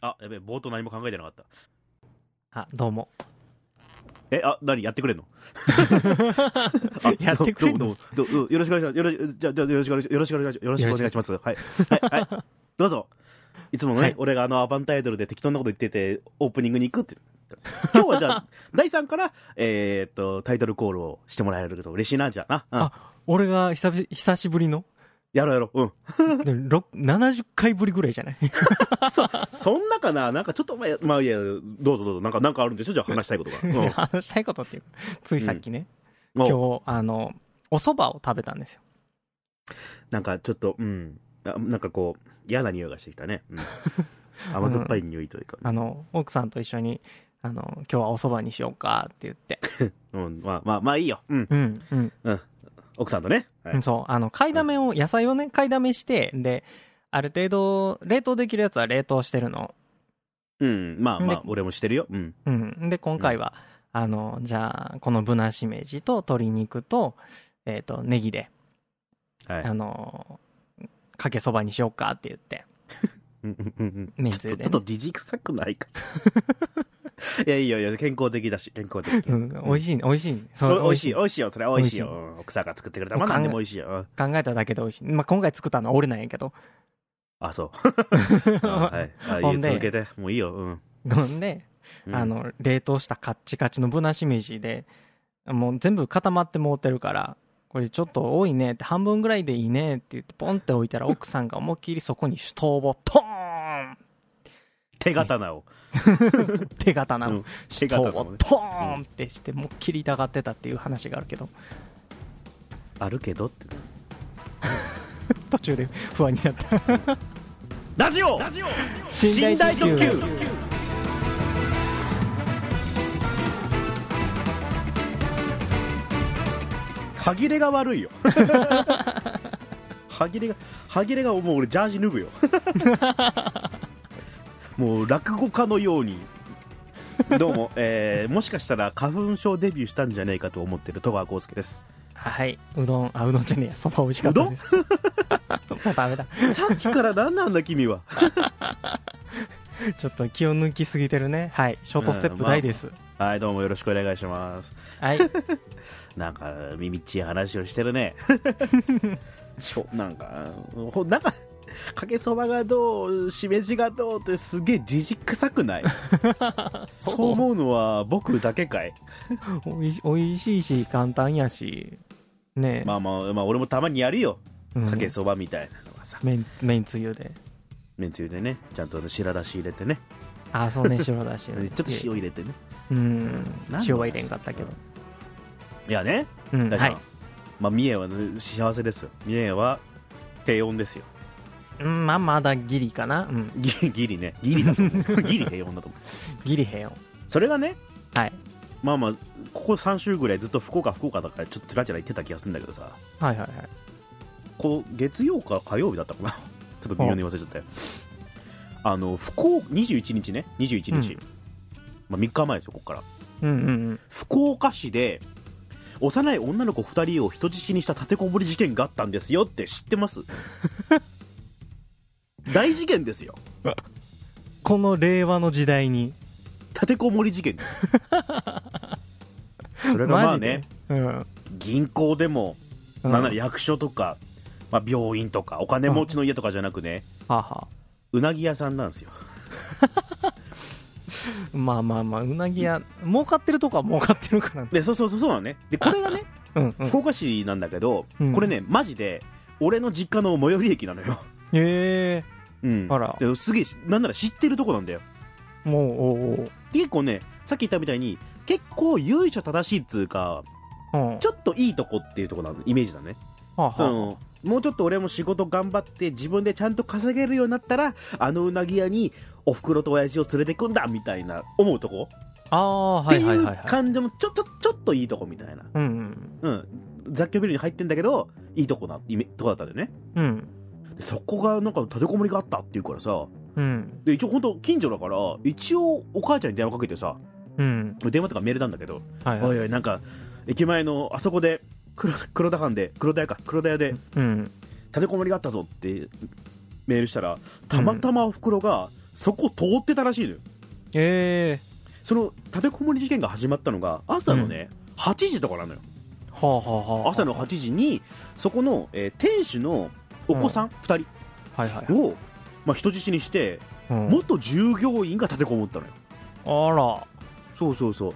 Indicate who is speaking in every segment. Speaker 1: あ、やべえ、冒頭何も考えてなかった。
Speaker 2: あ、どうも。
Speaker 1: え、あ、何やってくれんの
Speaker 2: やってくれんの
Speaker 1: どうもどうもどうもどうもよろしくお願いします。よろしく、じゃあ、じゃあよろしくお願いします。よろしくお願いします。よろしくお願いします。はい。はい、はい。 どうぞ。いつものね、
Speaker 2: はい
Speaker 1: 俺があのアバンタイトルで適当なこと言ってて、オープニングに行くって。今日はじ ゃあ、第3から、えーっと、タイトルコールをしてもらえると嬉しいな、じゃあな。うん、
Speaker 2: あ、俺が久々久しぶりの
Speaker 1: やろうやろう。うん。
Speaker 2: でもろ70回ぶりぐらいじゃない
Speaker 1: そ、そんなかななんかちょっと前、まあいいや、どうぞどうぞ。なんか、なんかあるんでしょじゃあ話したいことが。 うん。
Speaker 2: 話したいことっていうかついさっきね、
Speaker 1: もう
Speaker 2: 今日、あの、お蕎麦を食べたんですよ。
Speaker 1: なんかちょっと、うん。あなんかこう、嫌な匂いがしてきたね。 うん甘酸っぱい匂いというか。
Speaker 2: あの、奥さんと一緒に、あの、今日はお蕎麦にしようかって言って。
Speaker 1: うん、まあまあ、まあいいよ。うん。
Speaker 2: うん、うん、
Speaker 1: 奥さんとね。は
Speaker 2: う
Speaker 1: い
Speaker 2: ん。そう。あの、買いだめを、野菜をね、買いだめして、で、ある程度、冷凍できるやつは冷凍してるの。
Speaker 1: うん。まあまあ
Speaker 2: で、
Speaker 1: 俺もしてるよ。うん。
Speaker 2: うん。で、今回は、あの、じゃあ、このぶなしめじと鶏肉と、えっ、と、ネギで、
Speaker 1: はい
Speaker 2: あ。のーかけそばにしようかって言って、
Speaker 1: うんうんうんうん
Speaker 2: めん
Speaker 1: ち
Speaker 2: つ
Speaker 1: ょっ
Speaker 2: ゆ
Speaker 1: と
Speaker 2: で
Speaker 1: ちょっと
Speaker 2: ね、
Speaker 1: ディジ臭くないか。 いや、いいよ、いいよ。健康的だし、健康的。
Speaker 2: うん、美味しいね、美味しいね。そ
Speaker 1: お
Speaker 2: う、
Speaker 1: 美味しい、美味しいよ、それは美味しいよ。
Speaker 2: 美
Speaker 1: うん奥さんが作ってくれた。まあ何でも美味しいよ。うん
Speaker 2: 考えただけで美味しい。まあ、今回作ったのは俺なんやけど。
Speaker 1: あ、 そう。あはい。あいいよ
Speaker 2: ほんで
Speaker 1: 続けて。もういいよ。うん
Speaker 2: ほんで、
Speaker 1: うん。
Speaker 2: あの、冷凍したカッチカチのぶなしめじで、もう全部固まってもうてるから、これちょっと多いねって、半分ぐらいでいいねって言って、ポンって置いたら奥さんが思いっきりそこに手刀を トーン
Speaker 1: 手刀を。
Speaker 2: 手刀
Speaker 1: う
Speaker 2: を
Speaker 1: ん、
Speaker 2: 手
Speaker 1: 手
Speaker 2: 刀
Speaker 1: 刀
Speaker 2: を
Speaker 1: をね
Speaker 2: トーンってして、もっきり痛がってたっていう話があるけど、
Speaker 1: あるけどって。
Speaker 2: 途中で不安にな った。
Speaker 1: ラジオ
Speaker 2: 寝台特急
Speaker 1: 歯切れが悪いよ歯切れが歯切れがもう俺ジャージ脱ぐよもう落語家のようにどうも、えーもしかしたら花粉症デビューしたんじゃないかと思ってる戸川浩介です
Speaker 2: はいうどんあうどんじゃねえやそば美味しかったですもう ダメだ
Speaker 1: さっきから何なんだ君は
Speaker 2: ちょっと気を抜きすぎてるねはいショートステップ大です、
Speaker 1: はいどうもよろしくお願いします
Speaker 2: はい
Speaker 1: なんか耳っちい話をしてるね しょなんかほなんかかけそばがどうしめじがどうってすげえじじくさく ないそう思うのは僕だけ かい
Speaker 2: おいし おいしいし簡単やしねえ、
Speaker 1: まあまあまあ俺もたまにやるよ
Speaker 2: うん
Speaker 1: かけそばみたいなのはさ
Speaker 2: めんめんつゆで
Speaker 1: めんつゆでねちゃんと白だし入れてね
Speaker 2: あそ うね白だし
Speaker 1: ちょっと塩入れてね
Speaker 2: うん
Speaker 1: なんだ
Speaker 2: 塩は入れんかったけど
Speaker 1: いやね
Speaker 2: うん
Speaker 1: 大
Speaker 2: は
Speaker 1: さん、
Speaker 2: い、
Speaker 1: まあ三重は、ね、幸せですよ三重は平穏ですよ
Speaker 2: うん、まあまだギリかな、うん、
Speaker 1: ギリ ギリねギリだと思 うギリ平穏だと思う
Speaker 2: ギリ平穏
Speaker 1: それがね
Speaker 2: はい
Speaker 1: まあまあここ3週ぐらいずっと福岡福岡だからちょっとちらちら言ってた気がするんだけどさ
Speaker 2: はいはいはい
Speaker 1: こう月曜か火曜日だったかな ちょっと微妙に忘れちゃったよあの福岡21日ね21日、
Speaker 2: うん
Speaker 1: まあ、3日前ですよここから
Speaker 2: うんうんうん
Speaker 1: 福岡市で幼い女の子2人を人質にした立てこもり事件があったんですよって知ってます 大事件ですよ
Speaker 2: この令和の時代に
Speaker 1: 立てこもり事件です それがまあね
Speaker 2: マジでうん
Speaker 1: 銀行でも
Speaker 2: うん
Speaker 1: なんなら役所とか、まあ、病院とかお金持ちの家とかじゃなくね、
Speaker 2: はあは
Speaker 1: うなぎ屋さんなんですよ
Speaker 2: あまあまあまあうなぎ屋儲かってるとこは儲かってるからね
Speaker 1: でそうそうそうそうなのねでこれがね、
Speaker 2: うんうん
Speaker 1: 福岡市なんだけど、
Speaker 2: うん
Speaker 1: これねマジで俺の実家の最寄り駅なのよ、
Speaker 2: へえ
Speaker 1: うん、
Speaker 2: あら
Speaker 1: ですげえなんなら知ってるとこなんだよ
Speaker 2: もうおう
Speaker 1: で結構ねさっき言ったみたいに結構由緒正しいっつうか
Speaker 2: おう、うん、
Speaker 1: ち
Speaker 2: ょ
Speaker 1: ょっといいとこっていうとこなのイメージだね
Speaker 2: はあは
Speaker 1: そのもうちょっと俺も仕事頑張って自分でちゃんと稼げるようになったらあのうなぎ屋におふくろと親父を連れてくんだみたいな思うとこ
Speaker 2: ああ
Speaker 1: っ
Speaker 2: は
Speaker 1: て
Speaker 2: いはいいうはいはい
Speaker 1: 感じもちょっとちょっといいとこみたいな、
Speaker 2: うん
Speaker 1: うん、雑居ビルに入ってんだけどいいとこなイメとこだったんだよね
Speaker 2: うんうん
Speaker 1: でそこがなんか立てこもりがあったっていうからさ
Speaker 2: うん
Speaker 1: で一応本当近所だから一応お母ちゃんに電話かけてさ
Speaker 2: うん
Speaker 1: 電話とかメールなんだけど、
Speaker 2: はい
Speaker 1: お
Speaker 2: はい
Speaker 1: いおいなんか駅前のあそこで黒黒田藩で黒田屋か黒田屋で
Speaker 2: うん
Speaker 1: 立てこもりがあったぞってメールしたらたまたまおふくろがそこを通ってたらしいのよ
Speaker 2: え
Speaker 1: その立てこもり事件が始まったのが朝のね、8時とかなのよ
Speaker 2: えはあはあはあ
Speaker 1: 朝の8時にそこの、えー店主のお子さん2
Speaker 2: はいはい
Speaker 1: 人を、まあ、人質にして
Speaker 2: うん
Speaker 1: 元従業員が立てこもったのよ
Speaker 2: あら
Speaker 1: そうそうそう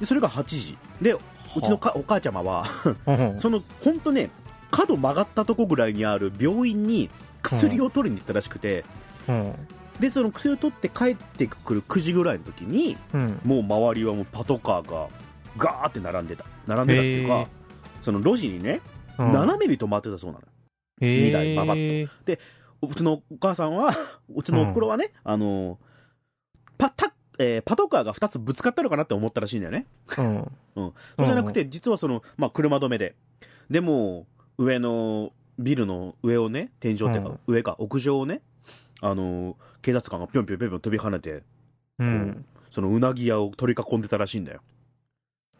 Speaker 1: でそれが8時でうちのかお母ちゃまは
Speaker 2: うん
Speaker 1: その本当ね角曲がったとこぐらいにある病院に薬を取りに行ったらしくて、
Speaker 2: うん
Speaker 1: でその薬を取って帰ってくる9時ぐらいの時に
Speaker 2: うん
Speaker 1: もう周りはもうパトカーがガーって並んでた並んでたっていう
Speaker 2: へ
Speaker 1: か
Speaker 2: ー
Speaker 1: その路地にね、
Speaker 2: うん
Speaker 1: 斜めに止まってたそうなの
Speaker 2: へえ
Speaker 1: 二台ババッうちのお母さんは うちのおふくろはね、あのパタえーパトカーが2つぶつかったのかなって思ったらしいんだよね
Speaker 2: うん
Speaker 1: そうじゃなくて実はその、まあ、車止めででも上のビルの上をね天井っていうか、
Speaker 2: うん
Speaker 1: 上か屋上をねあの警察官がぴょんぴょんぴょんぴょん飛び跳ねて
Speaker 2: うん、
Speaker 1: そのうなぎ屋を取り囲んでたらしいんだよ、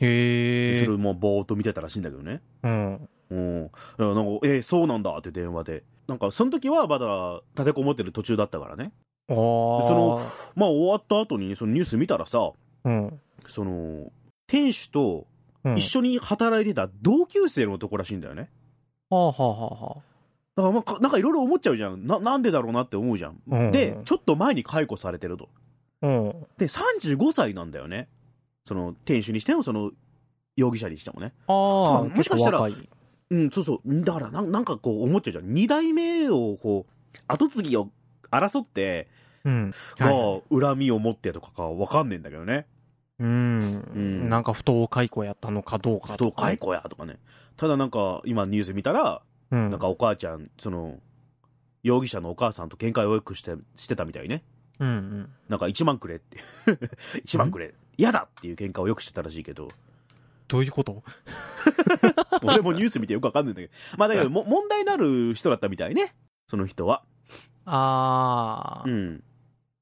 Speaker 2: へ
Speaker 1: それ
Speaker 2: え
Speaker 1: をもうぼーっと見てたらしいんだけどね
Speaker 2: うん
Speaker 1: うん、だからなんかえーそうなんだって電話でなんかその時はまだ立てこもってる途中だったからね
Speaker 2: ああそ
Speaker 1: のまあ終わった後にそのニュース見たらさ
Speaker 2: うん
Speaker 1: その店主と
Speaker 2: うん
Speaker 1: 一緒に働いてた同級生の男らしいんだよね
Speaker 2: はあはあはあはあ
Speaker 1: だからまあかなんかいろいろ思っちゃうじゃんななんでだろうなって思うじゃん、
Speaker 2: うん
Speaker 1: でちょっと前に解雇されてると
Speaker 2: うん
Speaker 1: で35歳なんだよねその店主にしてもその容疑者にしてもね
Speaker 2: ああ
Speaker 1: もしかしたら
Speaker 2: 結構若い
Speaker 1: うん、そうそう。だからなん、なんかこう思っちゃうじゃん。二代目をこう、後継ぎを争って、
Speaker 2: うん
Speaker 1: まあ
Speaker 2: はいはい
Speaker 1: 恨みを持ってとかかわかんねえんだけどね。
Speaker 2: うんんなんか不当解雇やったのかどうか
Speaker 1: 不
Speaker 2: と
Speaker 1: 当
Speaker 2: か
Speaker 1: 解雇やとかね。ただなんか、今ニュース見たら、
Speaker 2: うん
Speaker 1: なんかお母ちゃん、その、容疑者のお母さんと見解をよくして、してたみたいね。
Speaker 2: うんうん
Speaker 1: なんか1万くれって。1万くれ。嫌だっていう喧嘩をよくしてたらしいけど。
Speaker 2: どういうこと
Speaker 1: 俺もニュース見てよくわかんないんだけど。まあだけども、問題のある人だったみたいね。その人は。
Speaker 2: ああ、
Speaker 1: うん。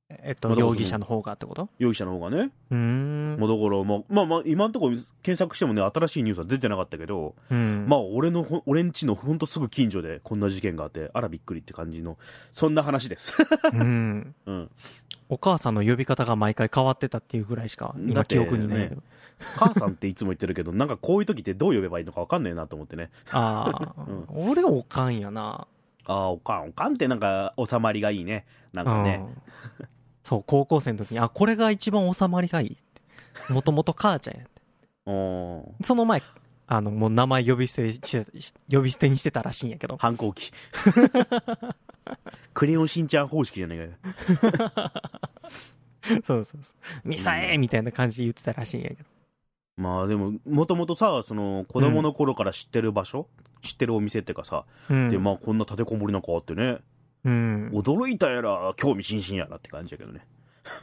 Speaker 2: え
Speaker 1: ま
Speaker 2: っと
Speaker 1: あでも
Speaker 2: 容疑者の方がってこと
Speaker 1: 容疑者の方がね。
Speaker 2: うーん
Speaker 1: もうだから、まあ、まあまあ今のところ検索してもね新しいニュースは出てなかったけど、
Speaker 2: うん
Speaker 1: まあ俺のほ俺んちのほんとすぐ近所でこんな事件があってあらびっくりって感じのそんな話 です、
Speaker 2: うん
Speaker 1: うん、
Speaker 2: お母さんの呼び方が毎回変わってたっていうぐらいしか
Speaker 1: だっ
Speaker 2: 今
Speaker 1: て
Speaker 2: 記憶にないんだけど、
Speaker 1: 母さんっていつも言ってるけどなんかこういう時ってどう呼べばいいのかわかんねえなと思ってね
Speaker 2: ああ、
Speaker 1: うん
Speaker 2: 俺おかんやな
Speaker 1: ああおかんおかんってなんか収まりがいいねなんかね、
Speaker 2: うんそう高校生の時にあこれが一番収まりがいいってもともと母ちゃんやって
Speaker 1: うん、
Speaker 2: その前あのもう名前呼び捨てしてし呼び捨てにしてたらしいんやけ ど
Speaker 1: 反抗期クレヨンしんちゃん方式じゃないかよ
Speaker 2: そうそうそうミサエみたいな感じで言ってたらしいんやけど
Speaker 1: まあでももともとさその子供の頃から知ってる場所、知ってるお店っていうかさ、
Speaker 2: うん
Speaker 1: でまあこんな立てこもりなんかあってね
Speaker 2: うん
Speaker 1: 驚いたやら興味津々やらって感じやけどね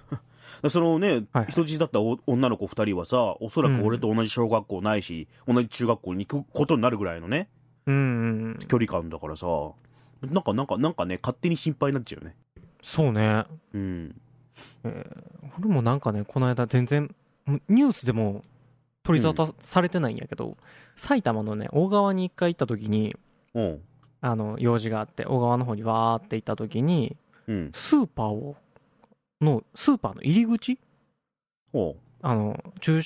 Speaker 1: そのね、
Speaker 2: はい
Speaker 1: 人質だったお女の子2人はさおそらく俺と同じ小学校ないし、同じ中学校に行くことになるぐらいのね
Speaker 2: うんうん
Speaker 1: 距離感だからさなんかなんかなんかね勝手に心配になっちゃうよね
Speaker 2: そうね
Speaker 1: うん
Speaker 2: 俺もなんかねこの間全然もうニュースでも取り沙汰されてないんやけど、埼玉のね大川に一回行った時に
Speaker 1: うん
Speaker 2: あの用事があって小川の方にわーって行った時に
Speaker 1: うん
Speaker 2: スーパーをのスーパーの入り口
Speaker 1: おう
Speaker 2: あの駐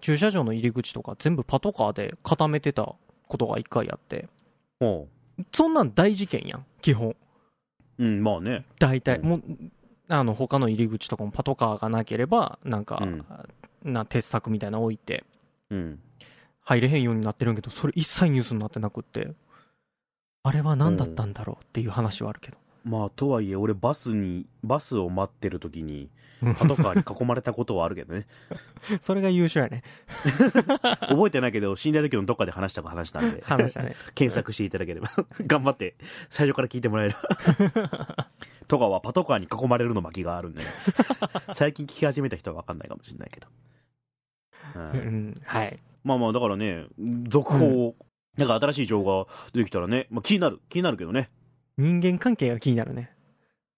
Speaker 2: 駐車場の入り口とか全部パトカーで固めてたことが一回あって
Speaker 1: おう
Speaker 2: そんなん大事件やん基本
Speaker 1: うんまあね
Speaker 2: 大体、
Speaker 1: うん
Speaker 2: もうあの他の入り口とかもパトカーがなければなんか、
Speaker 1: うん
Speaker 2: な鉄柵みたいなの置いて
Speaker 1: うん
Speaker 2: 入れへんようになってるんやけどそれ一切ニュースになってなくってあれは何だったんだろうっていう話はあるけど、
Speaker 1: まあとはいえ俺バスにバスを待ってる時 に
Speaker 2: うん
Speaker 1: パトカーに囲まれたことはあるけどね
Speaker 2: それが優秀やね
Speaker 1: 覚えてないけど死んだ時のどっかで話した話なんで
Speaker 2: 話 だね
Speaker 1: 検索していただければ 頑張って最初から聞いてもらえれば 戸川はパトカーに囲まれるの巻きがあるんでね、最近聞き始めた人は分かんないかもしれないけど、う
Speaker 2: うんんはい
Speaker 1: まあまあだからね続報を、なんか新しい情報が出てきたらね、まあ、気になる気になるけどね
Speaker 2: 人間関係が気にな るね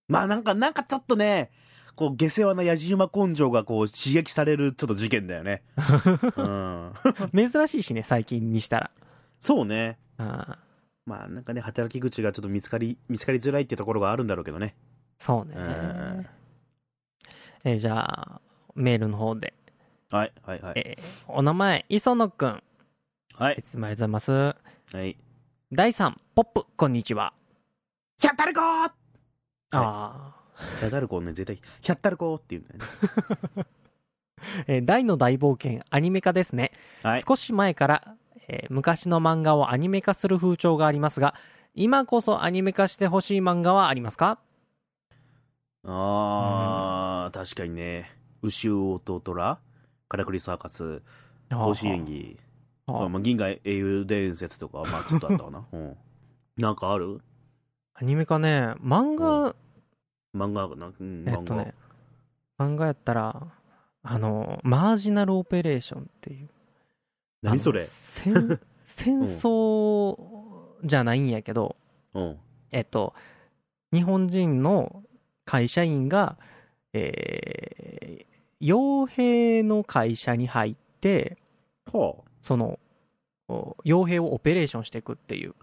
Speaker 1: まあなんかなんかちょっとねこう下世話なやじ馬根性がこう刺激されるちょっと事件だよ ね、うん、
Speaker 2: 珍しいしね最近にしたら
Speaker 1: そうね
Speaker 2: あ
Speaker 1: まあなんかね働き口がちょっと見つかり見つかりづらいってところがあるんだろうけどね
Speaker 2: そうね
Speaker 1: うん。
Speaker 2: えーじゃあ、メールの方で。
Speaker 1: はい、はい、はい。
Speaker 2: えーお名前、磯野くん。
Speaker 1: はい
Speaker 2: い、つもありがとうございます。
Speaker 1: はい。
Speaker 2: 第3、ポップ、こんにちは。
Speaker 1: ひゃったるこー
Speaker 2: あ
Speaker 1: ひゃったるこね、絶対、ひゃったるこーって言うんだよ ね。
Speaker 2: あ。えー大の大冒険、アニメ化ですね。
Speaker 1: はい。
Speaker 2: 少し前から、えー昔の漫画をアニメ化する風潮がありますが、今こそアニメ化してほしい漫画はありますか
Speaker 1: あー、確かにね。牛尾と虎、カラクリサーカス、甲子園儀、
Speaker 2: はあはあ
Speaker 1: まあ、銀河英雄伝説とか、まあ、ちょっとあったか な。うん。なんかある
Speaker 2: アニメ化ね、漫画、
Speaker 1: 漫画かなうん、漫
Speaker 2: え
Speaker 1: 画。
Speaker 2: っとね、漫画やったら、あの、マージナルオペレーションっていう。あ
Speaker 1: 何
Speaker 2: の
Speaker 1: それ
Speaker 2: 戦戦争じゃないんやけど、
Speaker 1: うん。
Speaker 2: えっと、日本人の会社員が、えー、傭兵の会社に入って、
Speaker 1: は
Speaker 2: その、お傭兵をオペレーションしていくっていう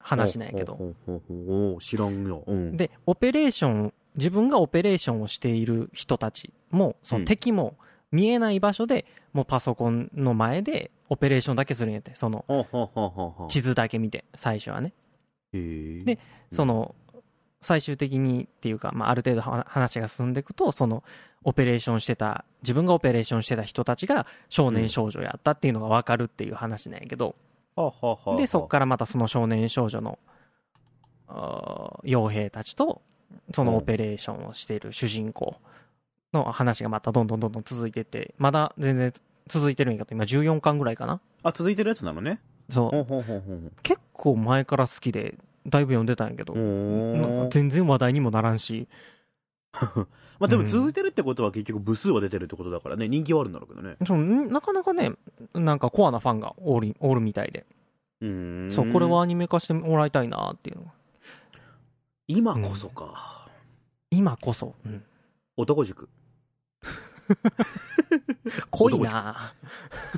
Speaker 1: あ。
Speaker 2: 話なんやけど。
Speaker 1: ほうほうほうほう知らんよ。うん。
Speaker 2: で、オペレーション、自分がオペレーションをしている人たちも、そうの
Speaker 1: ん
Speaker 2: 敵も見えない場所で、もうパソコンの前でオペレーションだけするんやって、その
Speaker 1: はあはあはあはあはあ。
Speaker 2: 地図だけ見て、最初はね。
Speaker 1: へー
Speaker 2: でその、最終的にっていうか、まあ、ある程度は話が進んでいくと、その、オペレーションしてた、自分がオペレーションしてた人たちが少
Speaker 1: う
Speaker 2: 年
Speaker 1: ん
Speaker 2: 少女やったっていうのがわかるっていう話なんやけど、
Speaker 1: はあはあはあはあ
Speaker 2: で、そこからまたその少年少女の、あー傭兵たちと、そのオペレーションをしている主人公の話がまたどんどんどんどん続いてって、まだ全然続いてるんやけど、今14巻ぐらいかな。
Speaker 1: あ、続いてるやつなのね。
Speaker 2: そ
Speaker 1: ほ
Speaker 2: う。
Speaker 1: うほうほうほう
Speaker 2: 結構前から好きで、だいぶ読んでたんやけど
Speaker 1: ほ、う。
Speaker 2: な
Speaker 1: おー
Speaker 2: 全然話題にもならんし、
Speaker 1: まあで
Speaker 2: う
Speaker 1: も
Speaker 2: ん
Speaker 1: 続いてるってことは結局部数は出てるってことだからね、人気はあるんだろうけどね。
Speaker 2: そのんなかなかね、なんかコアなファンがおるおるみたいで、
Speaker 1: うーん。
Speaker 2: そう、これはアニメ化してもらいたいなっていうのが
Speaker 1: 今こそか。
Speaker 2: 今こそ、うん、
Speaker 1: 男塾。
Speaker 2: 濃いな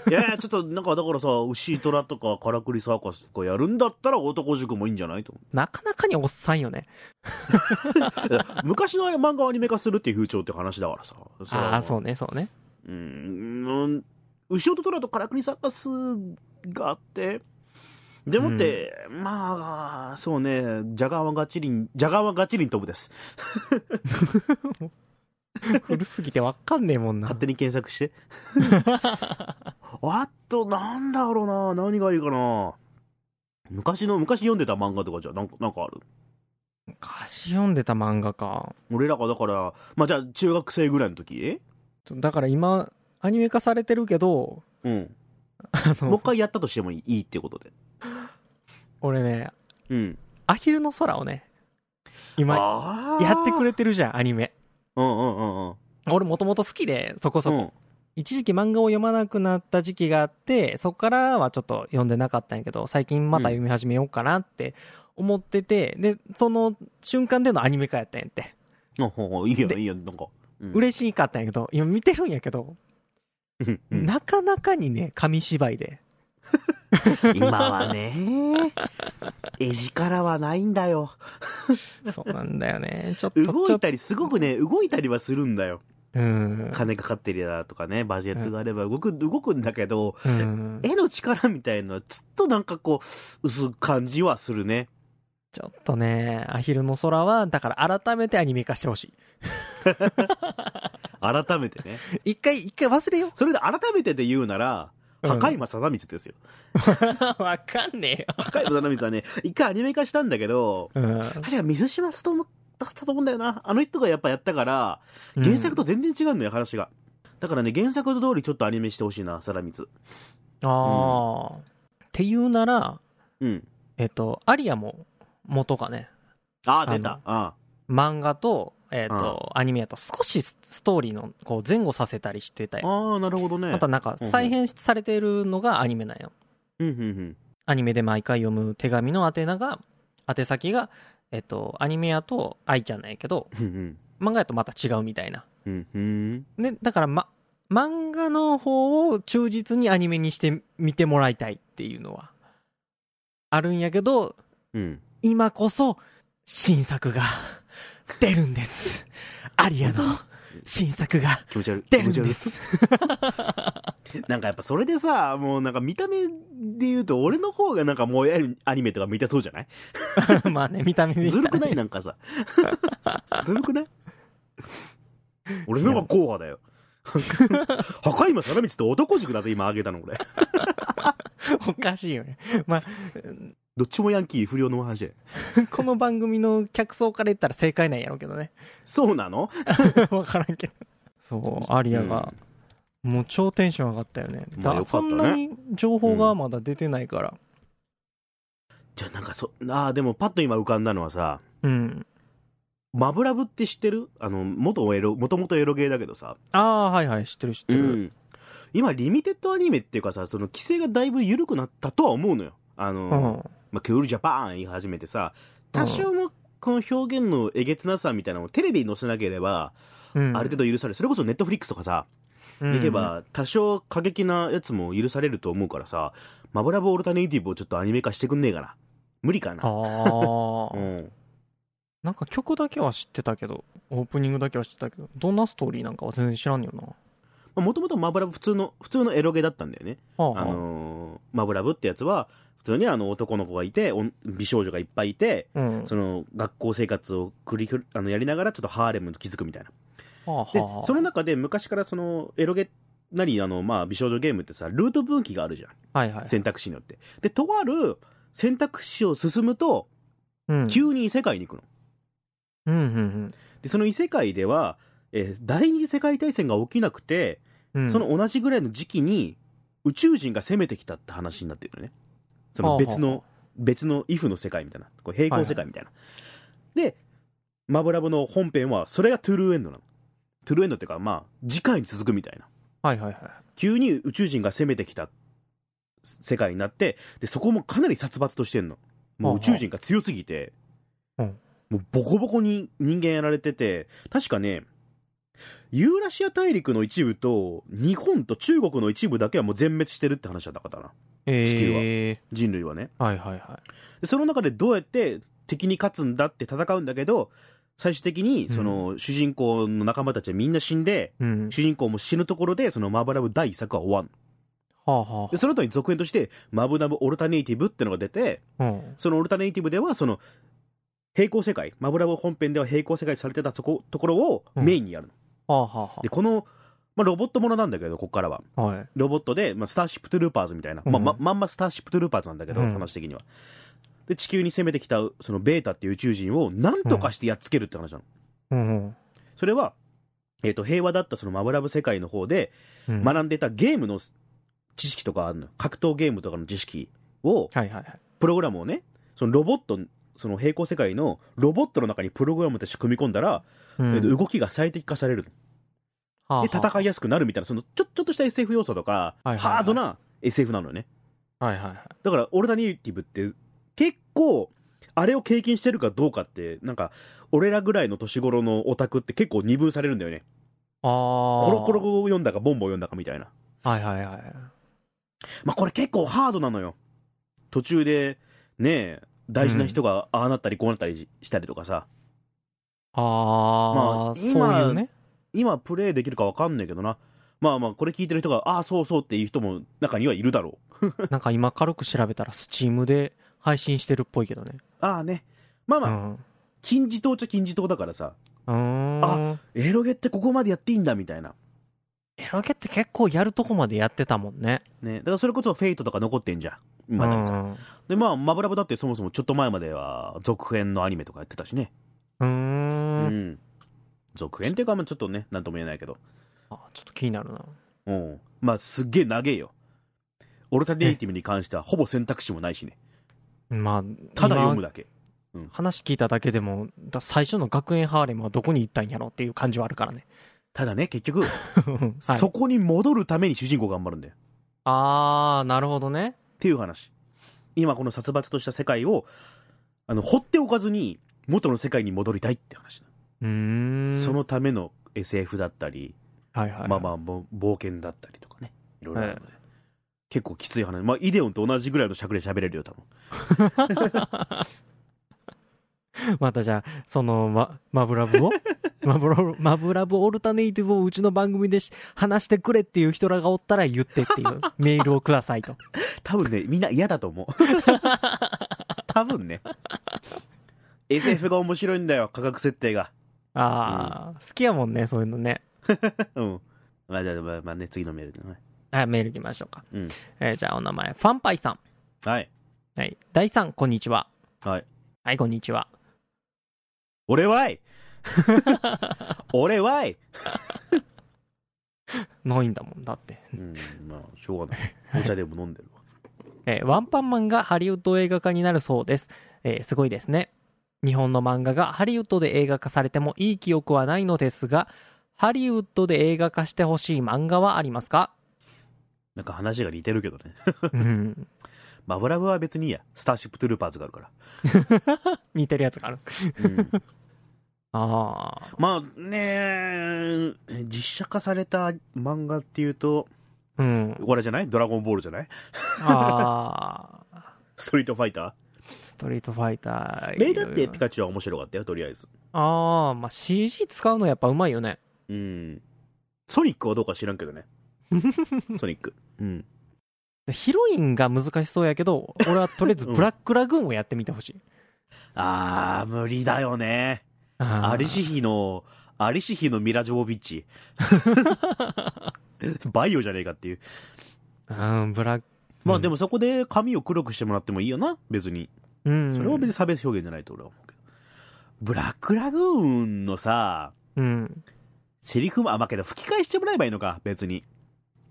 Speaker 2: い
Speaker 1: やいや、ちょっとなんかだからさ、牛虎とかカラクリサーカスとかやるんだったら男塾もいいんじゃないと思う。
Speaker 2: なかなかにおっさんよね。
Speaker 1: 昔の漫画をアニメ化するっていう風潮って話だからさ。れは
Speaker 2: ああー、そうね、そうね。
Speaker 1: うーん、後ろと虎とカラクリサーカスがあって、でもって、まあ、そうね、ジャガーはガチリン、ジャガーはガチリン飛ぶです。
Speaker 2: 古すぎてわかんねえもんな。
Speaker 1: 勝手に検索して。 あと、なんだろうな、何がいいかな。昔の、昔読んでた漫画とかじゃ、なんか、なんかある。
Speaker 2: 昔読んでた漫画か。
Speaker 1: 俺らが、だから、まあじゃあ、中学生ぐらいの時
Speaker 2: だから今、アニメ化されてるけど、
Speaker 1: うん。
Speaker 2: あ
Speaker 1: もう一
Speaker 2: の、
Speaker 1: 回やったとしてもいいっていうことで。
Speaker 2: 俺ね、
Speaker 1: うん。
Speaker 2: アヒルの空をね、今、
Speaker 1: あ
Speaker 2: やってく
Speaker 1: れ。
Speaker 2: れてるじゃん、アニメ。
Speaker 1: うんうんうんうん。
Speaker 2: 俺もともと好きで、そこそこ。
Speaker 1: うん
Speaker 2: 一時期漫画を読まなくなった時期があって、そこからはちょっと読んでなかったんやけど、最近また読み始めようかなって思ってて、で、その瞬間でのアニメ化やったんやって。
Speaker 1: あほうほう。いいよ、
Speaker 2: で
Speaker 1: いいよ、なんか。うん
Speaker 2: 嬉しいかったんやけど、今見てるんやけど、
Speaker 1: うんうん
Speaker 2: なかなかにね、紙芝居で。
Speaker 1: 今は ね、絵力はないんだよ。
Speaker 2: そうなんだ よね。ちょっと、ち
Speaker 1: 動
Speaker 2: ょ
Speaker 1: い
Speaker 2: っと、
Speaker 1: たり、すごくね、動いたりはするんだよ。
Speaker 2: うん。
Speaker 1: 金かかってりだとかね、バジェットがあれば動く、動くんだけど、
Speaker 2: うん
Speaker 1: 絵の力みたいのはちょっとなんかこう、薄く感じはするね。
Speaker 2: ちょっとね、アヒルの空は、だから改めてアニメ化してほし
Speaker 1: 改めてね。
Speaker 2: い。一回、一回忘れよ
Speaker 1: それで改めてで言うなら、
Speaker 2: うん
Speaker 1: 破壊魔貞光ですよ。
Speaker 2: う。 わかんねえよ。
Speaker 1: 破壊魔貞光はね、一回アニメ化したんだけど、
Speaker 2: うん。
Speaker 1: 確か水島努だったと思うんだよな。あの人がやっぱやったから、原作と全然違うのよ、話が。だからね、原作通りちょっとアニメしてほしいな、貞光。
Speaker 2: うん。ああ、っていうなら、
Speaker 1: うん。
Speaker 2: えっと、アリアも、元がね、
Speaker 1: あ
Speaker 2: あの
Speaker 1: あ、出た。あ
Speaker 2: 漫画と、えっと、アニメやと少しスストーリーの、こう、前後させたりしてた
Speaker 1: あ
Speaker 2: よ。
Speaker 1: ー、なるほどね。
Speaker 2: またなんか、
Speaker 1: うんうん
Speaker 2: 再編されてるのがアニメなんよ。
Speaker 1: うんうんうん。
Speaker 2: アニメで毎回読む手紙の宛名が、宛先が、えっと、アニメやと愛ちゃんなんやけど、
Speaker 1: うんうん。
Speaker 2: 漫画やとまた違うみたいな。
Speaker 1: うんうん。
Speaker 2: で、だから、ま、漫画の方を忠実にアニメにして見てもらいたいっていうのは、あるんやけど、
Speaker 1: うん。
Speaker 2: 今こそ、新作が出るんですアリアの新作が
Speaker 1: 気持ち悪い。
Speaker 2: 出るん
Speaker 1: 気持ち
Speaker 2: です
Speaker 1: 悪 い。なんかやっぱそれでさ、もうなんか見た目で言うと、俺の方がなんか萌えるアニメとか見たそうじゃない
Speaker 2: まあね見た目で言った
Speaker 1: ず
Speaker 2: ら
Speaker 1: るくないなんか さ。ずるくない俺の方が硬派 だよ。墓今貞光と男塾だぜ、今あげたのこれ。
Speaker 2: おかしいよねまあ
Speaker 1: どっちもヤンキー不良の話で。
Speaker 2: この番組の客層から言ったら正解なんやろうけどね
Speaker 1: そうなの
Speaker 2: わからんけどそうアリアが、もう超テンション上がったよね
Speaker 1: まあ
Speaker 2: だ
Speaker 1: よか
Speaker 2: そ
Speaker 1: ったね
Speaker 2: んなに情報がまだ出てないから
Speaker 1: じゃあなんかそ、ああ、でもパッと今浮かんだのはさ、
Speaker 2: うん、
Speaker 1: マブラブって知ってるあの、元エロ、元々エロゲーだけどさ。
Speaker 2: ああはいはい知ってる知って
Speaker 1: う
Speaker 2: る、
Speaker 1: ん、今リミテッドアニメっていうかさその規制がだいぶ緩くなったとは思うのよあの、
Speaker 2: うん
Speaker 1: まあ、クールジャパン言い始めてさ多少のこの表現のえげつなさみたいなのをテレビに載せなければ、
Speaker 2: うん
Speaker 1: ある程度許されるそれこそネットフリックスとかさ、
Speaker 2: うん
Speaker 1: 行けば多少過激なやつも許されると思うからさ「マブラブオルタネイティブ」をちょっとアニメ化してくんねえかな無理か
Speaker 2: あ
Speaker 1: な、
Speaker 2: あ、
Speaker 1: うん、
Speaker 2: なんか曲だけは知ってたけどオープニングだけは知ってたけどどんなストーリーなんかは全然知らんよな
Speaker 1: もともとマブラブ普通の普通のエロゲだったんだよね
Speaker 2: ああ
Speaker 1: あのーマブラブってやつは普通にあの男の子がいておん美少女がいっぱいいて
Speaker 2: うん
Speaker 1: その学校生活を繰りふあのやりながらちょっとハーレム気づくみたいな
Speaker 2: はあ
Speaker 1: で
Speaker 2: はあ
Speaker 1: その中で昔からそのエロゲなりあの、まあ、美少女ゲームってさルート分岐があるじゃん、
Speaker 2: はいはい
Speaker 1: 選択肢によってでとある選択肢を進むと
Speaker 2: うん
Speaker 1: 急に異世界に行くの、
Speaker 2: うんうん
Speaker 1: でその異世界では、えー第二次世界大戦が起きなくて、
Speaker 2: うんうん
Speaker 1: その同じぐらいの時期に宇宙人が攻めてきたって話になってるのねその別の、
Speaker 2: はあは
Speaker 1: 別のイフの世界みたいなこう平行世界みたいな、で「マブラブ」の本編はそれがトゥルーエンドなのトゥルーエンドっていうかまあ次回に続くみたいな
Speaker 2: はいはいはい
Speaker 1: 急に宇宙人が攻めてきた世界になってでそこもかなり殺伐としてんのもう宇宙人が強すぎて、
Speaker 2: はあうん
Speaker 1: もうボコボコに人間やられてて確かねユーラシア大陸の一部と日本と中国の一部だけはもう全滅してるって話だったからな
Speaker 2: え
Speaker 1: 地球は
Speaker 2: え
Speaker 1: 人類はね
Speaker 2: はいはいはい
Speaker 1: でその中でどうやって敵に勝つんだって戦うんだけど最終的にその主人公の仲間たちはみんな死んで、
Speaker 2: うん
Speaker 1: 主人公も死ぬところでそのマーバラブ第一作は終わん
Speaker 2: はあは
Speaker 1: でその後に続編として「マブダブオルタネイティブ」ってのが出て
Speaker 2: あうん
Speaker 1: そのオルタネイティブではその平行世界マブラブ本編では平行世界とされてたそこところをメインにやるの、
Speaker 2: はあはあは
Speaker 1: でこの、まあ、ロボットものなんだけどここからは
Speaker 2: あはい
Speaker 1: ロボットで、まあ、スターシップトゥルーパーズみたいな、まあ
Speaker 2: うん
Speaker 1: ままんまスターシップトゥルーパーズなんだけど、
Speaker 2: うん
Speaker 1: 話的にはで地球に攻めてきたそのベータっていう宇宙人をなんとかしてやっつけるって話なの、
Speaker 2: うんうん
Speaker 1: それは、えー、と平和だったそのマブラブ世界の方で
Speaker 2: うん
Speaker 1: 学んでたゲームの知識とかあるのよ格闘ゲームとかの知識を
Speaker 2: はいはいはい
Speaker 1: プログラムをねそのロボットその平行世界のロボットの中にプログラムとして組み込んだら、
Speaker 2: うん
Speaker 1: えっと動きが最適化される
Speaker 2: はあ
Speaker 1: の
Speaker 2: は
Speaker 1: で戦いやすくなるみたいなそのちょちょっとした SF 要素とか、
Speaker 2: はいはいはい
Speaker 1: ハードな SF なのよね
Speaker 2: あはいはいはい
Speaker 1: だからオルタネイティブって結構あれを経験してるかどうかってなんか俺らぐらいの年頃のオタクって結構二分されるんだよね
Speaker 2: あコ
Speaker 1: コロコロを読んだかボンボを読んだかみたいな
Speaker 2: はいはいはい
Speaker 1: まあこれ結構ハードなのよ途中でねえ大事な人がああなったりこうなったりしたりとかさ、ま
Speaker 2: あ
Speaker 1: あ
Speaker 2: あそういうね
Speaker 1: 今プレイできるか分かんないけどなまあまあこれ聞いてる人がああそうそうっていう人も中にはいるだろう
Speaker 2: なんか今軽く調べたらスチームで配信してるっぽいけどね
Speaker 1: ああねまあ
Speaker 2: う
Speaker 1: まあ、
Speaker 2: んう
Speaker 1: 金字塔っちゃ金字塔だからさ
Speaker 2: ーん
Speaker 1: エロゲってここまでやっていいんだみたいな
Speaker 2: エロゲって結構やるとこまでやってたもんね
Speaker 1: ねだからそれこそフェイトとか残ってんじゃん
Speaker 2: う
Speaker 1: 今でもさ、
Speaker 2: ん
Speaker 1: でまあマブラブだってそもそもちょっと前までは続編のアニメとかやってたしね
Speaker 2: う
Speaker 1: う
Speaker 2: ーん
Speaker 1: 続編っていうかまあちょっとねなんとも言えないけど
Speaker 2: あちょっと気になるな
Speaker 1: うんまあすっげえ長えよオルタネイティブに関してはほぼ選択肢もないしね
Speaker 2: まあ
Speaker 1: ただ読む
Speaker 2: 今
Speaker 1: だけ
Speaker 2: 話聞いただけでもだ最初の学園ハーレムはどこに行ったんやろっていう感じはあるか らね、
Speaker 1: ただね結局、
Speaker 2: はい、
Speaker 1: そこに戻るために主人公頑張るんだよ
Speaker 2: ああなるほどね
Speaker 1: っていう話今この殺伐とした世界をあの放っておかずに元の世界に戻りたいって話だ、
Speaker 2: うーん
Speaker 1: そのための SF だったり、
Speaker 2: はいはい
Speaker 1: まあまあぼ冒険だったりとかねいろいろあるので、結構きつい話まあイデオンと同じぐらいの尺で喋れるよ多分
Speaker 2: またじゃあ、その、ま、マブ ラブをマブロ、マブラブオルタネイティブをうちの番組でし話してくれっていう人らがおったら言ってっていう メールをくださいと。
Speaker 1: 多分ね、 みんな嫌だと思う。多分ね。SF が面白いんだよ、価格設定が。
Speaker 2: ああ、好きやもんね、そういうのね。
Speaker 1: うん。まあ、じゃあ、まあ、まあね、次のメールだね。
Speaker 2: はい、メール行きましょうか。
Speaker 1: うん
Speaker 2: えーじゃあお名前、ファンパイさ
Speaker 1: はい。
Speaker 2: ん。はい。第3、こんにちは。
Speaker 1: はい。
Speaker 2: はい、こんにちは。
Speaker 1: 俺 はい。俺はい。
Speaker 2: ないんだもんだって。
Speaker 1: うん、まあ、しょうがない。お茶でも飲んでるわ。
Speaker 2: えーワンパンマンがハリウッド映画化になるそうです、えーすごいですね日本の漫画がハリウッドで映画化されてもいい記憶はないのですがハリウッドで映画化してほしい漫画はありますか、
Speaker 1: なんか話が似てるけどね。
Speaker 2: うん、
Speaker 1: マブラブは別にいいや。スターシップトゥルーパーズがあるから。
Speaker 2: 似てるやつがある
Speaker 1: うん、
Speaker 2: ああ
Speaker 1: まあね、実写化された漫画っていうと、
Speaker 2: うん
Speaker 1: これじゃないドラゴンボールじゃない
Speaker 2: あ あ
Speaker 1: ストリートファイタ
Speaker 2: ストリートファイター
Speaker 1: ーレイだってピ
Speaker 2: カ
Speaker 1: カチュウは面白かったよ、とりあえず。
Speaker 2: ああまあ CG 使うのやっぱうまいよね
Speaker 1: うん。ソニックはどうか知らんけど ね。ソニック。うん。
Speaker 2: ヒロインが難しそうやけど俺はとりあえずブラックラグーンをやってみてほしい、
Speaker 1: あー、無理だよね。
Speaker 2: あー
Speaker 1: アリシヒの、アリシヒのミラジョボビッ チ。バイオじゃねえかっていう。
Speaker 2: うんブラック
Speaker 1: まあでもそこで髪を黒くしてもらってもいいよな、別に。
Speaker 2: うん
Speaker 1: それは別に差別表現じゃないと俺は思うけど。ブラックラグーンのさ、
Speaker 2: うん
Speaker 1: セリフも、あ、まあけど吹き替えしてもらえばいいのか、別に。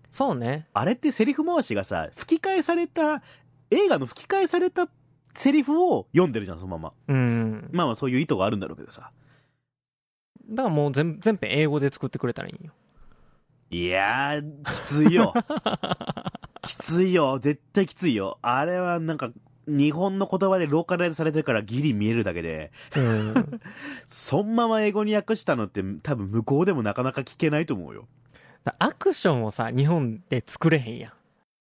Speaker 2: そうね。
Speaker 1: あれってセリフ回しがさ、吹き替えされた、映画の吹き替えされたセリフを読んでるじゃん、そのまま。
Speaker 2: うん。
Speaker 1: まあまあそういう意図があるんだろうけどさ。
Speaker 2: だからもう全全編英語で作ってくれたらいいよ。
Speaker 1: いやー、きつい よ。きついよ。絶対きついよ。あれはなんか、日本の言葉でローカライズされてるからギリ見えるだけで、
Speaker 2: うん。
Speaker 1: そんまま英語に訳したのって多分向こうでもなかなか聞けないと思うよ。
Speaker 2: アクションをさ、日本で作れへんやん。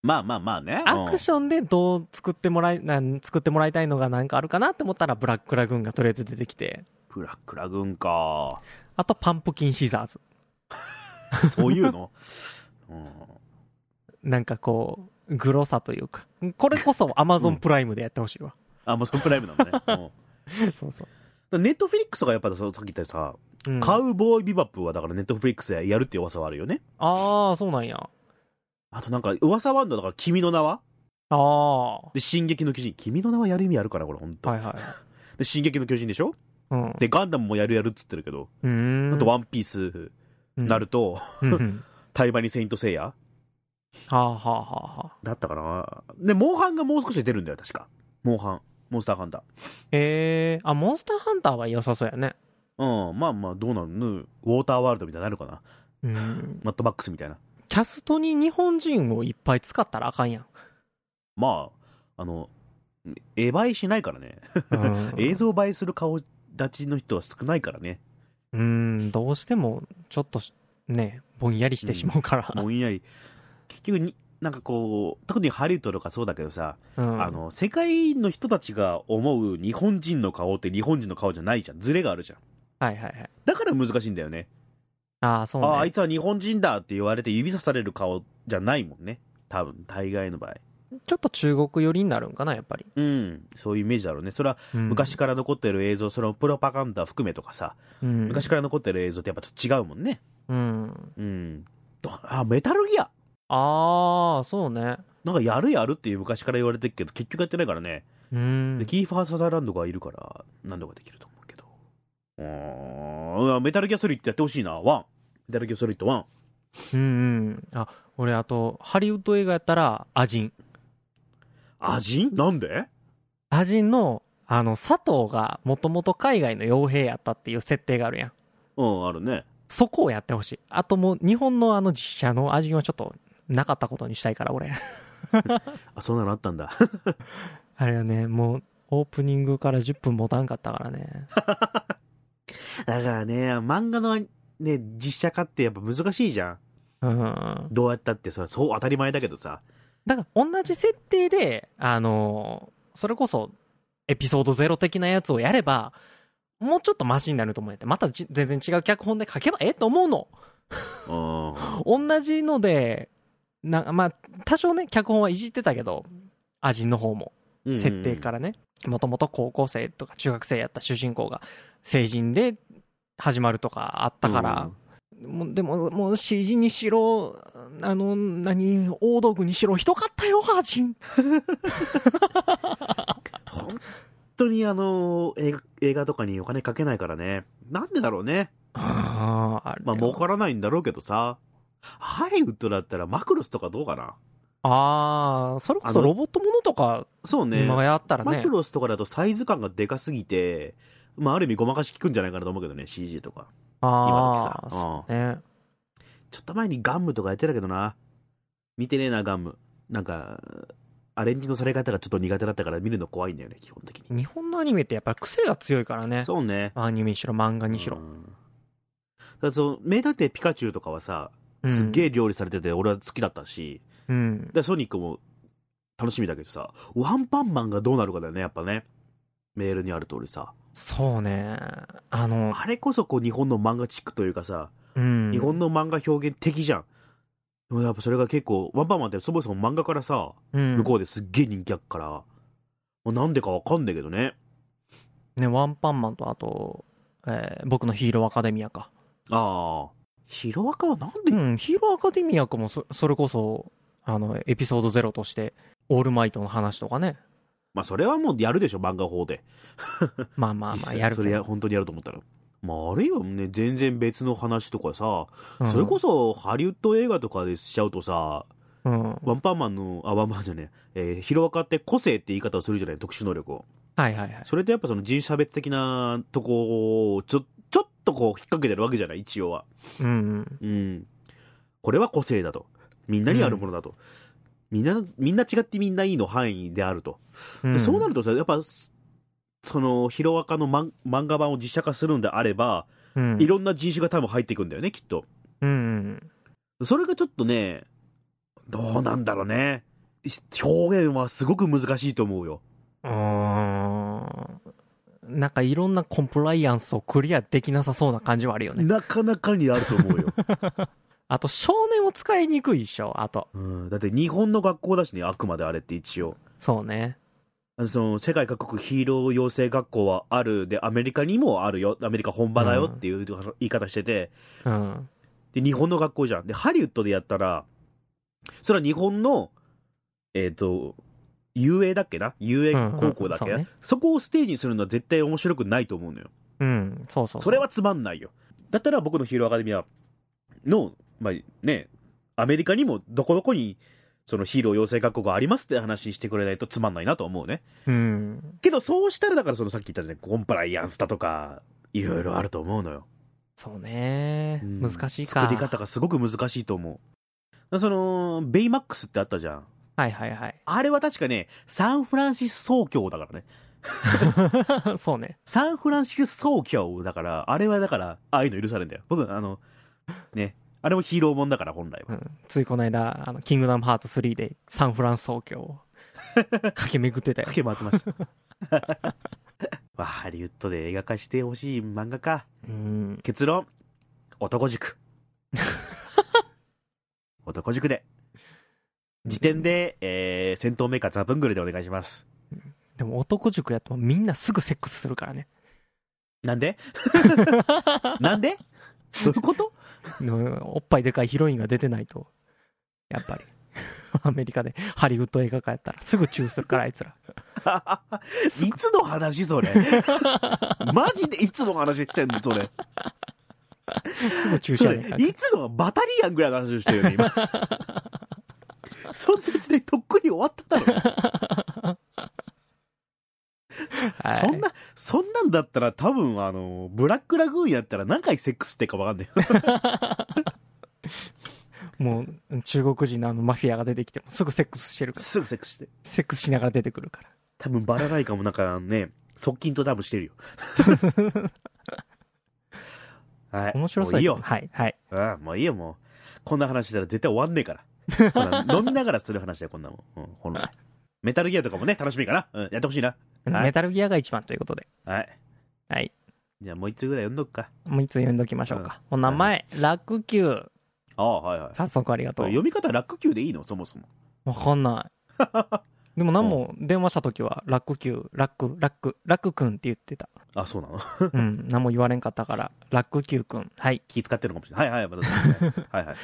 Speaker 1: まあまあまあね。
Speaker 2: アクションでどう作ってもらい、なん作ってもらいたいのがなんかあるかなって思ったら、ブラックラグーンがとりあえず出てきて、
Speaker 1: うんブラックラグーンか。
Speaker 2: あとパンプキンシザーズ。
Speaker 1: そういうの、うん、
Speaker 2: なんかこう、グロさというか。これこそアマゾンプライムでやってほしいわ。
Speaker 1: あ、もうそのプライムなのね。うん
Speaker 2: そうそう。
Speaker 1: ネットフリックスがやっぱそうさっき言ったさ、
Speaker 2: うん、
Speaker 1: カウボーイビバップはだからネットフリックスでやるって噂はあるよね。
Speaker 2: ああ、そうなんや。
Speaker 1: あとなんか噂はあるんだだから君の名は
Speaker 2: ああ。は
Speaker 1: で、進撃の巨人。君の名はやる意味あるから、これ、ほん
Speaker 2: い
Speaker 1: と。
Speaker 2: はい。
Speaker 1: で、進撃の巨人でしょ
Speaker 2: うん。
Speaker 1: で、ガンダムもやるやるっつってるけど、
Speaker 2: うーん。
Speaker 1: あとワンピース、
Speaker 2: うん、
Speaker 1: ナルト、
Speaker 2: うんうん
Speaker 1: タイバニセイントセイヤ
Speaker 2: はあはあはあはあ。
Speaker 1: だったかなで、モンハンがもう少しで出るんだよ、確か。モンハン。モンスターハンタ
Speaker 2: えー、あ、モンスターハンターは良さそうやね。
Speaker 1: ー。うん、まあまあ、どうなるのウォーターワールドみたいになるかな
Speaker 2: うん。
Speaker 1: マットマックスみたいな。
Speaker 2: キャストに日本人をいっぱい使ったらあかんやん。
Speaker 1: まあ、あの、映えしないからね。
Speaker 2: うん、
Speaker 1: 映像 映えする顔立ちの人は少ないから ね。
Speaker 2: うん、どうしても、ちょっとし、ね、ぼんやりしてしまうから。
Speaker 1: ぼんやり。結局に、なんかこう、特にハリウッドとかそうだけどさ、
Speaker 2: うん、
Speaker 1: あ、の世界の人たちが思う日本人の顔って日本人の顔じゃないじゃんズレがあるじゃん
Speaker 2: はいはいはい。
Speaker 1: だから難しいんだよね
Speaker 2: ああ、そうね。
Speaker 1: ああいつは日本人だって言われて指さされる顔じゃないもんね多分大概の場合
Speaker 2: ちょっと中国寄りになるんかな、やっぱり。
Speaker 1: うんそういうイメージだろうねそれは
Speaker 2: うん
Speaker 1: 昔、から残ってる映像そのプロパガンダ含めとかさ
Speaker 2: うん、
Speaker 1: 昔から残ってる映像ってやっぱちょっと違うもんね
Speaker 2: うん。
Speaker 1: うんとあメタルギア
Speaker 2: ああ、そうね。
Speaker 1: なんかやるやるっていう昔から言われてるけど結局やってないからね
Speaker 2: うん
Speaker 1: で。キーファー・サザーランドがいるから何度かできると思うけどうーんうわメタルギアソリッドやってほしいなワンメタルギアソリッドワン
Speaker 2: うんうん。あ、俺、あと、ハリウッド映画やったら、アジン。
Speaker 1: アジンなんで
Speaker 2: アジンの、あの、佐藤が、もともと海外の傭兵やったっていう設定があるやん。
Speaker 1: うんあるね
Speaker 2: そこをやってほしい。あともう、日本のあの実写の味はちょっと、なかったことにしたいから、俺。
Speaker 1: あそんなのあったんだ
Speaker 2: あれはね、もう、オープニングから10分持たんかったからね。
Speaker 1: だからね漫画のね実写化ってやっぱ難しいじゃん
Speaker 2: うん。
Speaker 1: どうやったってさそう当たり前だけどさ
Speaker 2: だから、同じ設定で、あのーそれこそ、エピソードゼロ的なやつをやれば、もうちょっとマシになると思うんやってまたじ全然違う脚本で書けばええと思うの
Speaker 1: うん
Speaker 2: 同じのでなんかまあ多少ね脚本はいじってたけど味の方も
Speaker 1: うん
Speaker 2: 設定からねもともと高校生とか中学生やった主人公が成人で始まるとかあったから、もうでももう CG にしろあの何大道具にしろひどかったよハジン
Speaker 1: 本当にあの映画映画とかにお金かけないからねなんでだろうね
Speaker 2: あああれ
Speaker 1: まあ儲からないんだろうけどさハリウッドだったらマクロスとかどうかな
Speaker 2: あーそれこ
Speaker 1: あ
Speaker 2: そ
Speaker 1: の
Speaker 2: ロボットものとか
Speaker 1: そうね
Speaker 2: 今がやったら
Speaker 1: マ
Speaker 2: ね
Speaker 1: クロスとかだとサイズ感がでかすぎて、まあ、ある意味ごまかし効くんじゃないかなと思うけどね CG とか
Speaker 2: あ
Speaker 1: 今時
Speaker 2: あ
Speaker 1: さ
Speaker 2: そうね
Speaker 1: ちょっと前にガンムとかやってたけどな見てねえなガンムなんかアレンジのされ方がちょっと苦手だったから見るの怖いんだよね基本的に
Speaker 2: 日本のアニメってやっぱり癖が強いからね
Speaker 1: そうね
Speaker 2: アニメにしろ漫画にし
Speaker 1: う
Speaker 2: ろ、
Speaker 1: んだからその名探偵ピカチュウとかはさ
Speaker 2: うん
Speaker 1: すっげえ料理されてて俺は好きだったし、
Speaker 2: うん
Speaker 1: でソニックも楽しみだけどさワンパンマンがどうなるかだよねやっぱねメールにある通りさ
Speaker 2: そうねあの
Speaker 1: あれこそこう日本の漫画チックというかさ
Speaker 2: うん
Speaker 1: 日本の漫画表現的じゃん、でもやっぱそれが結構ワンパンマンってそもそも漫画からさ
Speaker 2: うん
Speaker 1: 向こうですっげえ人気あっから、もうなんでかわかんないけどね
Speaker 2: ね、ワンパンマンとあと、えー僕のヒーローアカデミアか。
Speaker 1: ああヒロアカはなんで、
Speaker 2: うん、ヒーローアカデミアかもそ、それこそ、あの、エピソード0として、オールマイトの話とかね。
Speaker 1: まあそれはもうやるでしょ漫画法で
Speaker 2: まあまあ
Speaker 1: 実
Speaker 2: まあ、
Speaker 1: 際
Speaker 2: やる
Speaker 1: そ
Speaker 2: け
Speaker 1: れや
Speaker 2: ど。
Speaker 1: 本当にやると思ったらまああるいはね全然別の話とかさ、
Speaker 2: うん
Speaker 1: それこそハリウッド映画とかでしちゃうとさ
Speaker 2: うん。
Speaker 1: ワンパンマンのあワンパンマンじゃねえ、えーヒロアカって個性って言い方をするじゃない特殊能力を
Speaker 2: はいはいはい。
Speaker 1: それでやっぱその人種差別的なとこをちょちょっとこう引っ掛けてるわけじゃない一応は
Speaker 2: うんうん。
Speaker 1: うんこれは個性だとみんなにあるものだと、みんなみんな違ってみんないいの範囲であると
Speaker 2: うん
Speaker 1: でそうなるとさやっぱすそのヒロアカのマン漫画版を実写化するんであれば、
Speaker 2: うん
Speaker 1: いろんな人種が多分入っていくんだよねきっと
Speaker 2: うんうん。
Speaker 1: それがちょっとねどうなんだろうねひ表現はすごく難しいと思うよ
Speaker 2: うーん。なんかいろんなコンプライアンスをクリアできなさそうな感じはあるよね。
Speaker 1: なかなかにあると 思うよ、
Speaker 2: あと、少年を使いにくいでしょ、あと。
Speaker 1: うん、だって日本の学校だしねあくまであれって一応
Speaker 2: そうね。
Speaker 1: あのその世界各国ヒーロー養成学校はあるでアメリカにもあるよアメリカ本場だよっていう言い方してて、
Speaker 2: うん。
Speaker 1: で日本の学校じゃんでハリウッドでやったらそれは日本のえっ、と遊泳だっけな遊泳高校だっけな、
Speaker 2: うんうんそうね
Speaker 1: そこをステージにするのは絶対面白くないと思うのよ
Speaker 2: うん。そうそうう
Speaker 1: それはつまんないよだったら僕のヒーローアカデミアのまあねアメリカにもどこどこにそのヒーロー養成学校がありますって話にしてくれないとつまんないなと思うね
Speaker 2: うん。
Speaker 1: けどそうしたらだからそのさっき言ったねコンプライアンスだとかいろいろあると思うのよ、
Speaker 2: そうね、
Speaker 1: うん
Speaker 2: 難しいか
Speaker 1: 作り方がすごく難しいと思うそのベイマックスってあったじゃん
Speaker 2: はいはいはい
Speaker 1: あれは確かねサンフランシス総教だからね
Speaker 2: そうね
Speaker 1: サンフランシス総教だからあれはだからああいうの許されんだよ僕あのねあれもヒーローもんだから本来は
Speaker 2: ついこの間あの「キングダムハーツ3」でサンフラン総 教を駆け巡ってたよ
Speaker 1: 駆け回ってましたまあハリウッドで映画化してほしい漫画か
Speaker 2: うん
Speaker 1: 結論男塾男塾で時点で、えー戦闘メーカーザブングルでお願いします
Speaker 2: でも男塾やってもみんなすぐセックスするからね
Speaker 1: なんでなんでそういうこと
Speaker 2: うんおっぱいでかいヒロインが出てないとやっぱり アメリカでハリウッド映画化やったらすぐチューするからあいつら
Speaker 1: いつの話それマジでいつの話してんのそれ
Speaker 2: すぐチュー
Speaker 1: そ
Speaker 2: しちゃ
Speaker 1: れ
Speaker 2: うねんから
Speaker 1: いつのバタリアンぐらいの話をしてるよね 今そんな時代とっくに終わっただろ、
Speaker 2: はい
Speaker 1: そんなそんなんだったら多分あのブラックラグーンやったら何回セックスしてるか分かんない
Speaker 2: もう中国人のあのマフィアが出てきてもすぐセックスしてるから
Speaker 1: すぐセックスして。
Speaker 2: セックスしながら出てくるから
Speaker 1: 多分バラないかもなんかね、側近と多分して るよ。はい。
Speaker 2: 面白そう
Speaker 1: も
Speaker 2: や
Speaker 1: ういいよ。
Speaker 2: けどはいはい
Speaker 1: ああ、もういいよ、もう。こんな話したら絶対終わんねえから。こんな飲みながらする話だよ、こんなもん。うん、本来。メタルギアとかもね、楽しみかな。うん、やってほしいな。はい
Speaker 2: メタルギアが一番ということで。
Speaker 1: はい。
Speaker 2: はい。
Speaker 1: じゃあもう一通ぐらい読んどくか。
Speaker 2: もう一つ読んどきましょうか。お名前、楽球。
Speaker 1: ああ、はいはい。
Speaker 2: 早速ありがとう。
Speaker 1: 読み方ラック級でいいのそもそも。
Speaker 2: わか んない。でも何も電話した時は、楽球、楽、楽、楽くんって言って た。
Speaker 1: あ、そうなの
Speaker 2: うん、何も言われんかったから、楽球くん。はい。
Speaker 1: 気使ってるのかもしれない。はいはい、また。はいはい。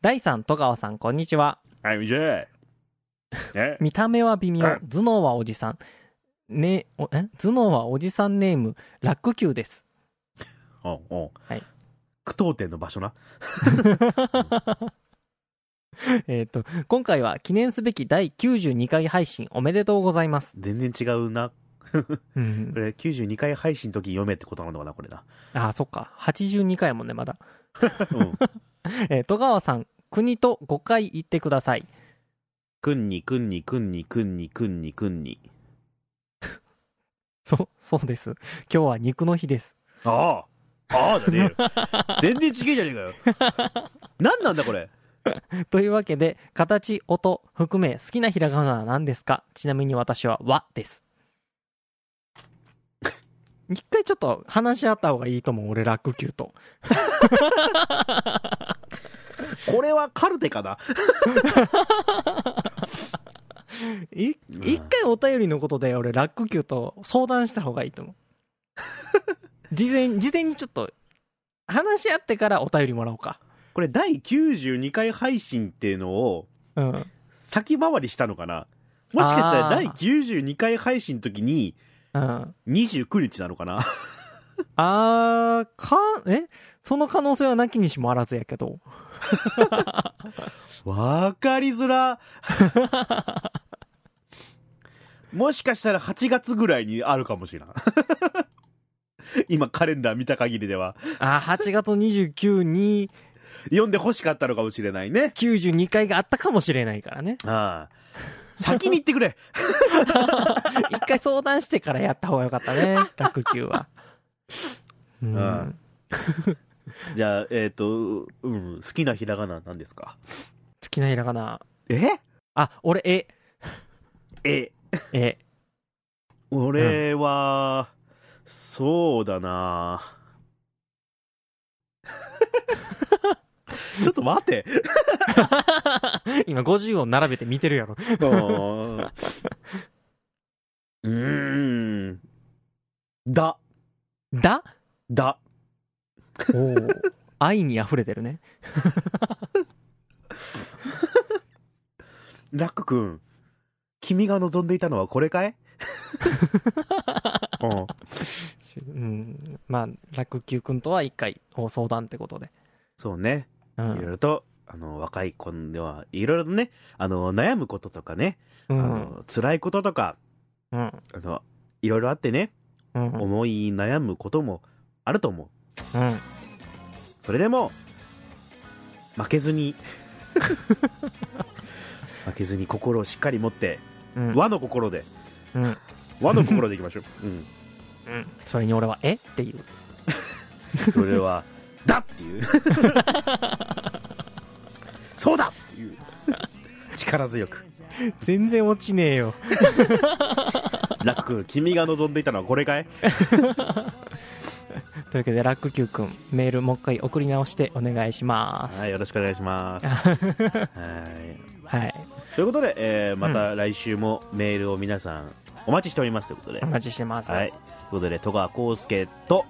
Speaker 2: 第3、戸川さん、こんにちは。
Speaker 1: はい、みじ え。え
Speaker 2: 見た目は微妙
Speaker 1: うん
Speaker 2: 頭脳はおじさんねおえ頭脳はおじさんネームラック球です
Speaker 1: おうおう。
Speaker 2: はい。
Speaker 1: 苦闘点の場所な。
Speaker 2: えっと今回は記念すべき第92回配信おめでとうございます、
Speaker 1: 全然違うな。
Speaker 2: うん
Speaker 1: こ、れ92回配信の時に読めってことなのかな、これな。
Speaker 2: あそっか82回もねまだ、
Speaker 1: うん。
Speaker 2: えー戸川さん国と5回言ってください
Speaker 1: くんにくんにくんにくんにくんにくんに。
Speaker 2: そそうです今日は肉の日です
Speaker 1: ああああじゃね えよ。全然違えじゃねえかよ。何なんだこれ。
Speaker 2: というわけで形音含め好きなひらがなは何ですかちなみに私は「和」 です一回ちょっと話し合った方がいいと思う俺楽球と
Speaker 1: これはカルテかないうん
Speaker 2: 一回お便りのことで俺楽球と相談した方がいいと思う 事前事前にちょっと話し合ってからお便りもらおうか
Speaker 1: これ第92回配信っていうのを
Speaker 2: うん
Speaker 1: 先回りしたのかなもしかしたら
Speaker 2: あー
Speaker 1: 第92回配信の時に
Speaker 2: うん
Speaker 1: 29日なのかな
Speaker 2: あーかえその可能性はなきにしもあらずやけど
Speaker 1: わかりづら。 もしかしたら8月ぐらいにあるかもしれない。 今カレンダー見た限りでは
Speaker 2: あー8月29に
Speaker 1: 読んで欲しかったのかもしれないね。
Speaker 2: 92回があったかもしれないからね
Speaker 1: ああ先に言ってくれ
Speaker 2: 一回相談してからやった方がよかっ たね楽球はうん、
Speaker 1: うんじゃあ、えっ、と、うん、好きなひらがな何ですか
Speaker 2: 好きなひらがな
Speaker 1: え
Speaker 2: あ俺え
Speaker 1: え、
Speaker 2: え
Speaker 1: 俺は、そうだな ちょっと待て。
Speaker 2: 今50音並べて見てるやろ
Speaker 1: うーん。だ、
Speaker 2: だ
Speaker 1: だ。
Speaker 2: おお愛に溢れてるね
Speaker 1: ラック君、君が望んでいたのはこれか いうん
Speaker 2: うんまあ楽球くんとは一回お相談ってことで、
Speaker 1: そうね。
Speaker 2: う
Speaker 1: いろい
Speaker 2: ん
Speaker 1: ろと、あの、若い子では、いろいろとね、あの、悩むこととかね、
Speaker 2: う
Speaker 1: あ
Speaker 2: ん
Speaker 1: の、辛いこととか、
Speaker 2: うん
Speaker 1: あの、いろいろあってね、
Speaker 2: うんうん
Speaker 1: 思い悩むこともあると思う。
Speaker 2: うん
Speaker 1: それでも、負けず に、負けずに心をしっかり持って、
Speaker 2: うん
Speaker 1: 和の心で、
Speaker 2: うん
Speaker 1: 和の心でいきまし ょう。うん。
Speaker 2: それに俺はえっていう
Speaker 1: それは、だっていう。そうだっていう。力強く。
Speaker 2: 全然落ちねえよ
Speaker 1: 楽君、君が望んでいたのはこれかい
Speaker 2: というわけでラック Q くんメールもう一回送り直してお願いします
Speaker 1: はい、よろしくお願いし ます。はい。
Speaker 2: はい、
Speaker 1: ということで、えーまた来週もメールを皆さんお待ちしておりますということで。
Speaker 2: お待ちしてます、
Speaker 1: はい。ということで、戸川浩介と、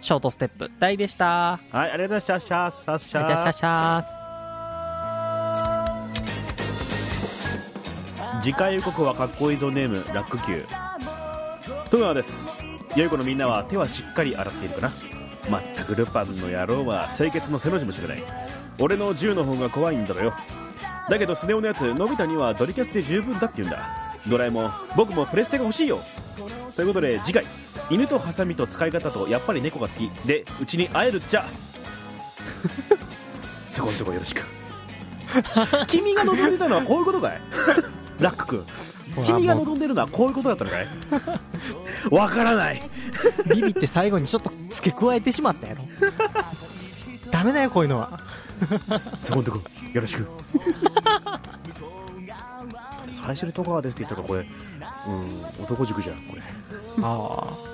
Speaker 2: ショートステップ大でした
Speaker 1: はい、ありがとうございました。シャッシ
Speaker 2: じ
Speaker 1: ャッ
Speaker 2: ゃあ
Speaker 1: シ
Speaker 2: じ
Speaker 1: ャ
Speaker 2: ゃあ
Speaker 1: ッ
Speaker 2: シャシャース
Speaker 1: 次回予告はかっこいいぞネーム、ラック級。戸川です。良い子のみんなは手はしっかり洗っているかなまったくルパンの野郎は清潔の背の字も知らない。俺の銃の方が怖いんだろよ。だけどスネ夫のやつ、のび太にはドリキャスで十分だって言うんだ。ドラえもん、僕もプレステが欲しいよ。ということで次回、犬とハサミと使い方とやっぱり猫が好きで、うちに会えるっちゃ。そこんとこよろしく。君が望んでたのはこういうことかいラック君君が望んでるのはこういうことだったのかいわからない
Speaker 2: ビビって最後にちょっと付け加えてしまったやろ ダメだよこういうのは
Speaker 1: そこんとこよろしく最初に戸川ですって言ったからこれうん男塾じゃんこれ
Speaker 2: ああ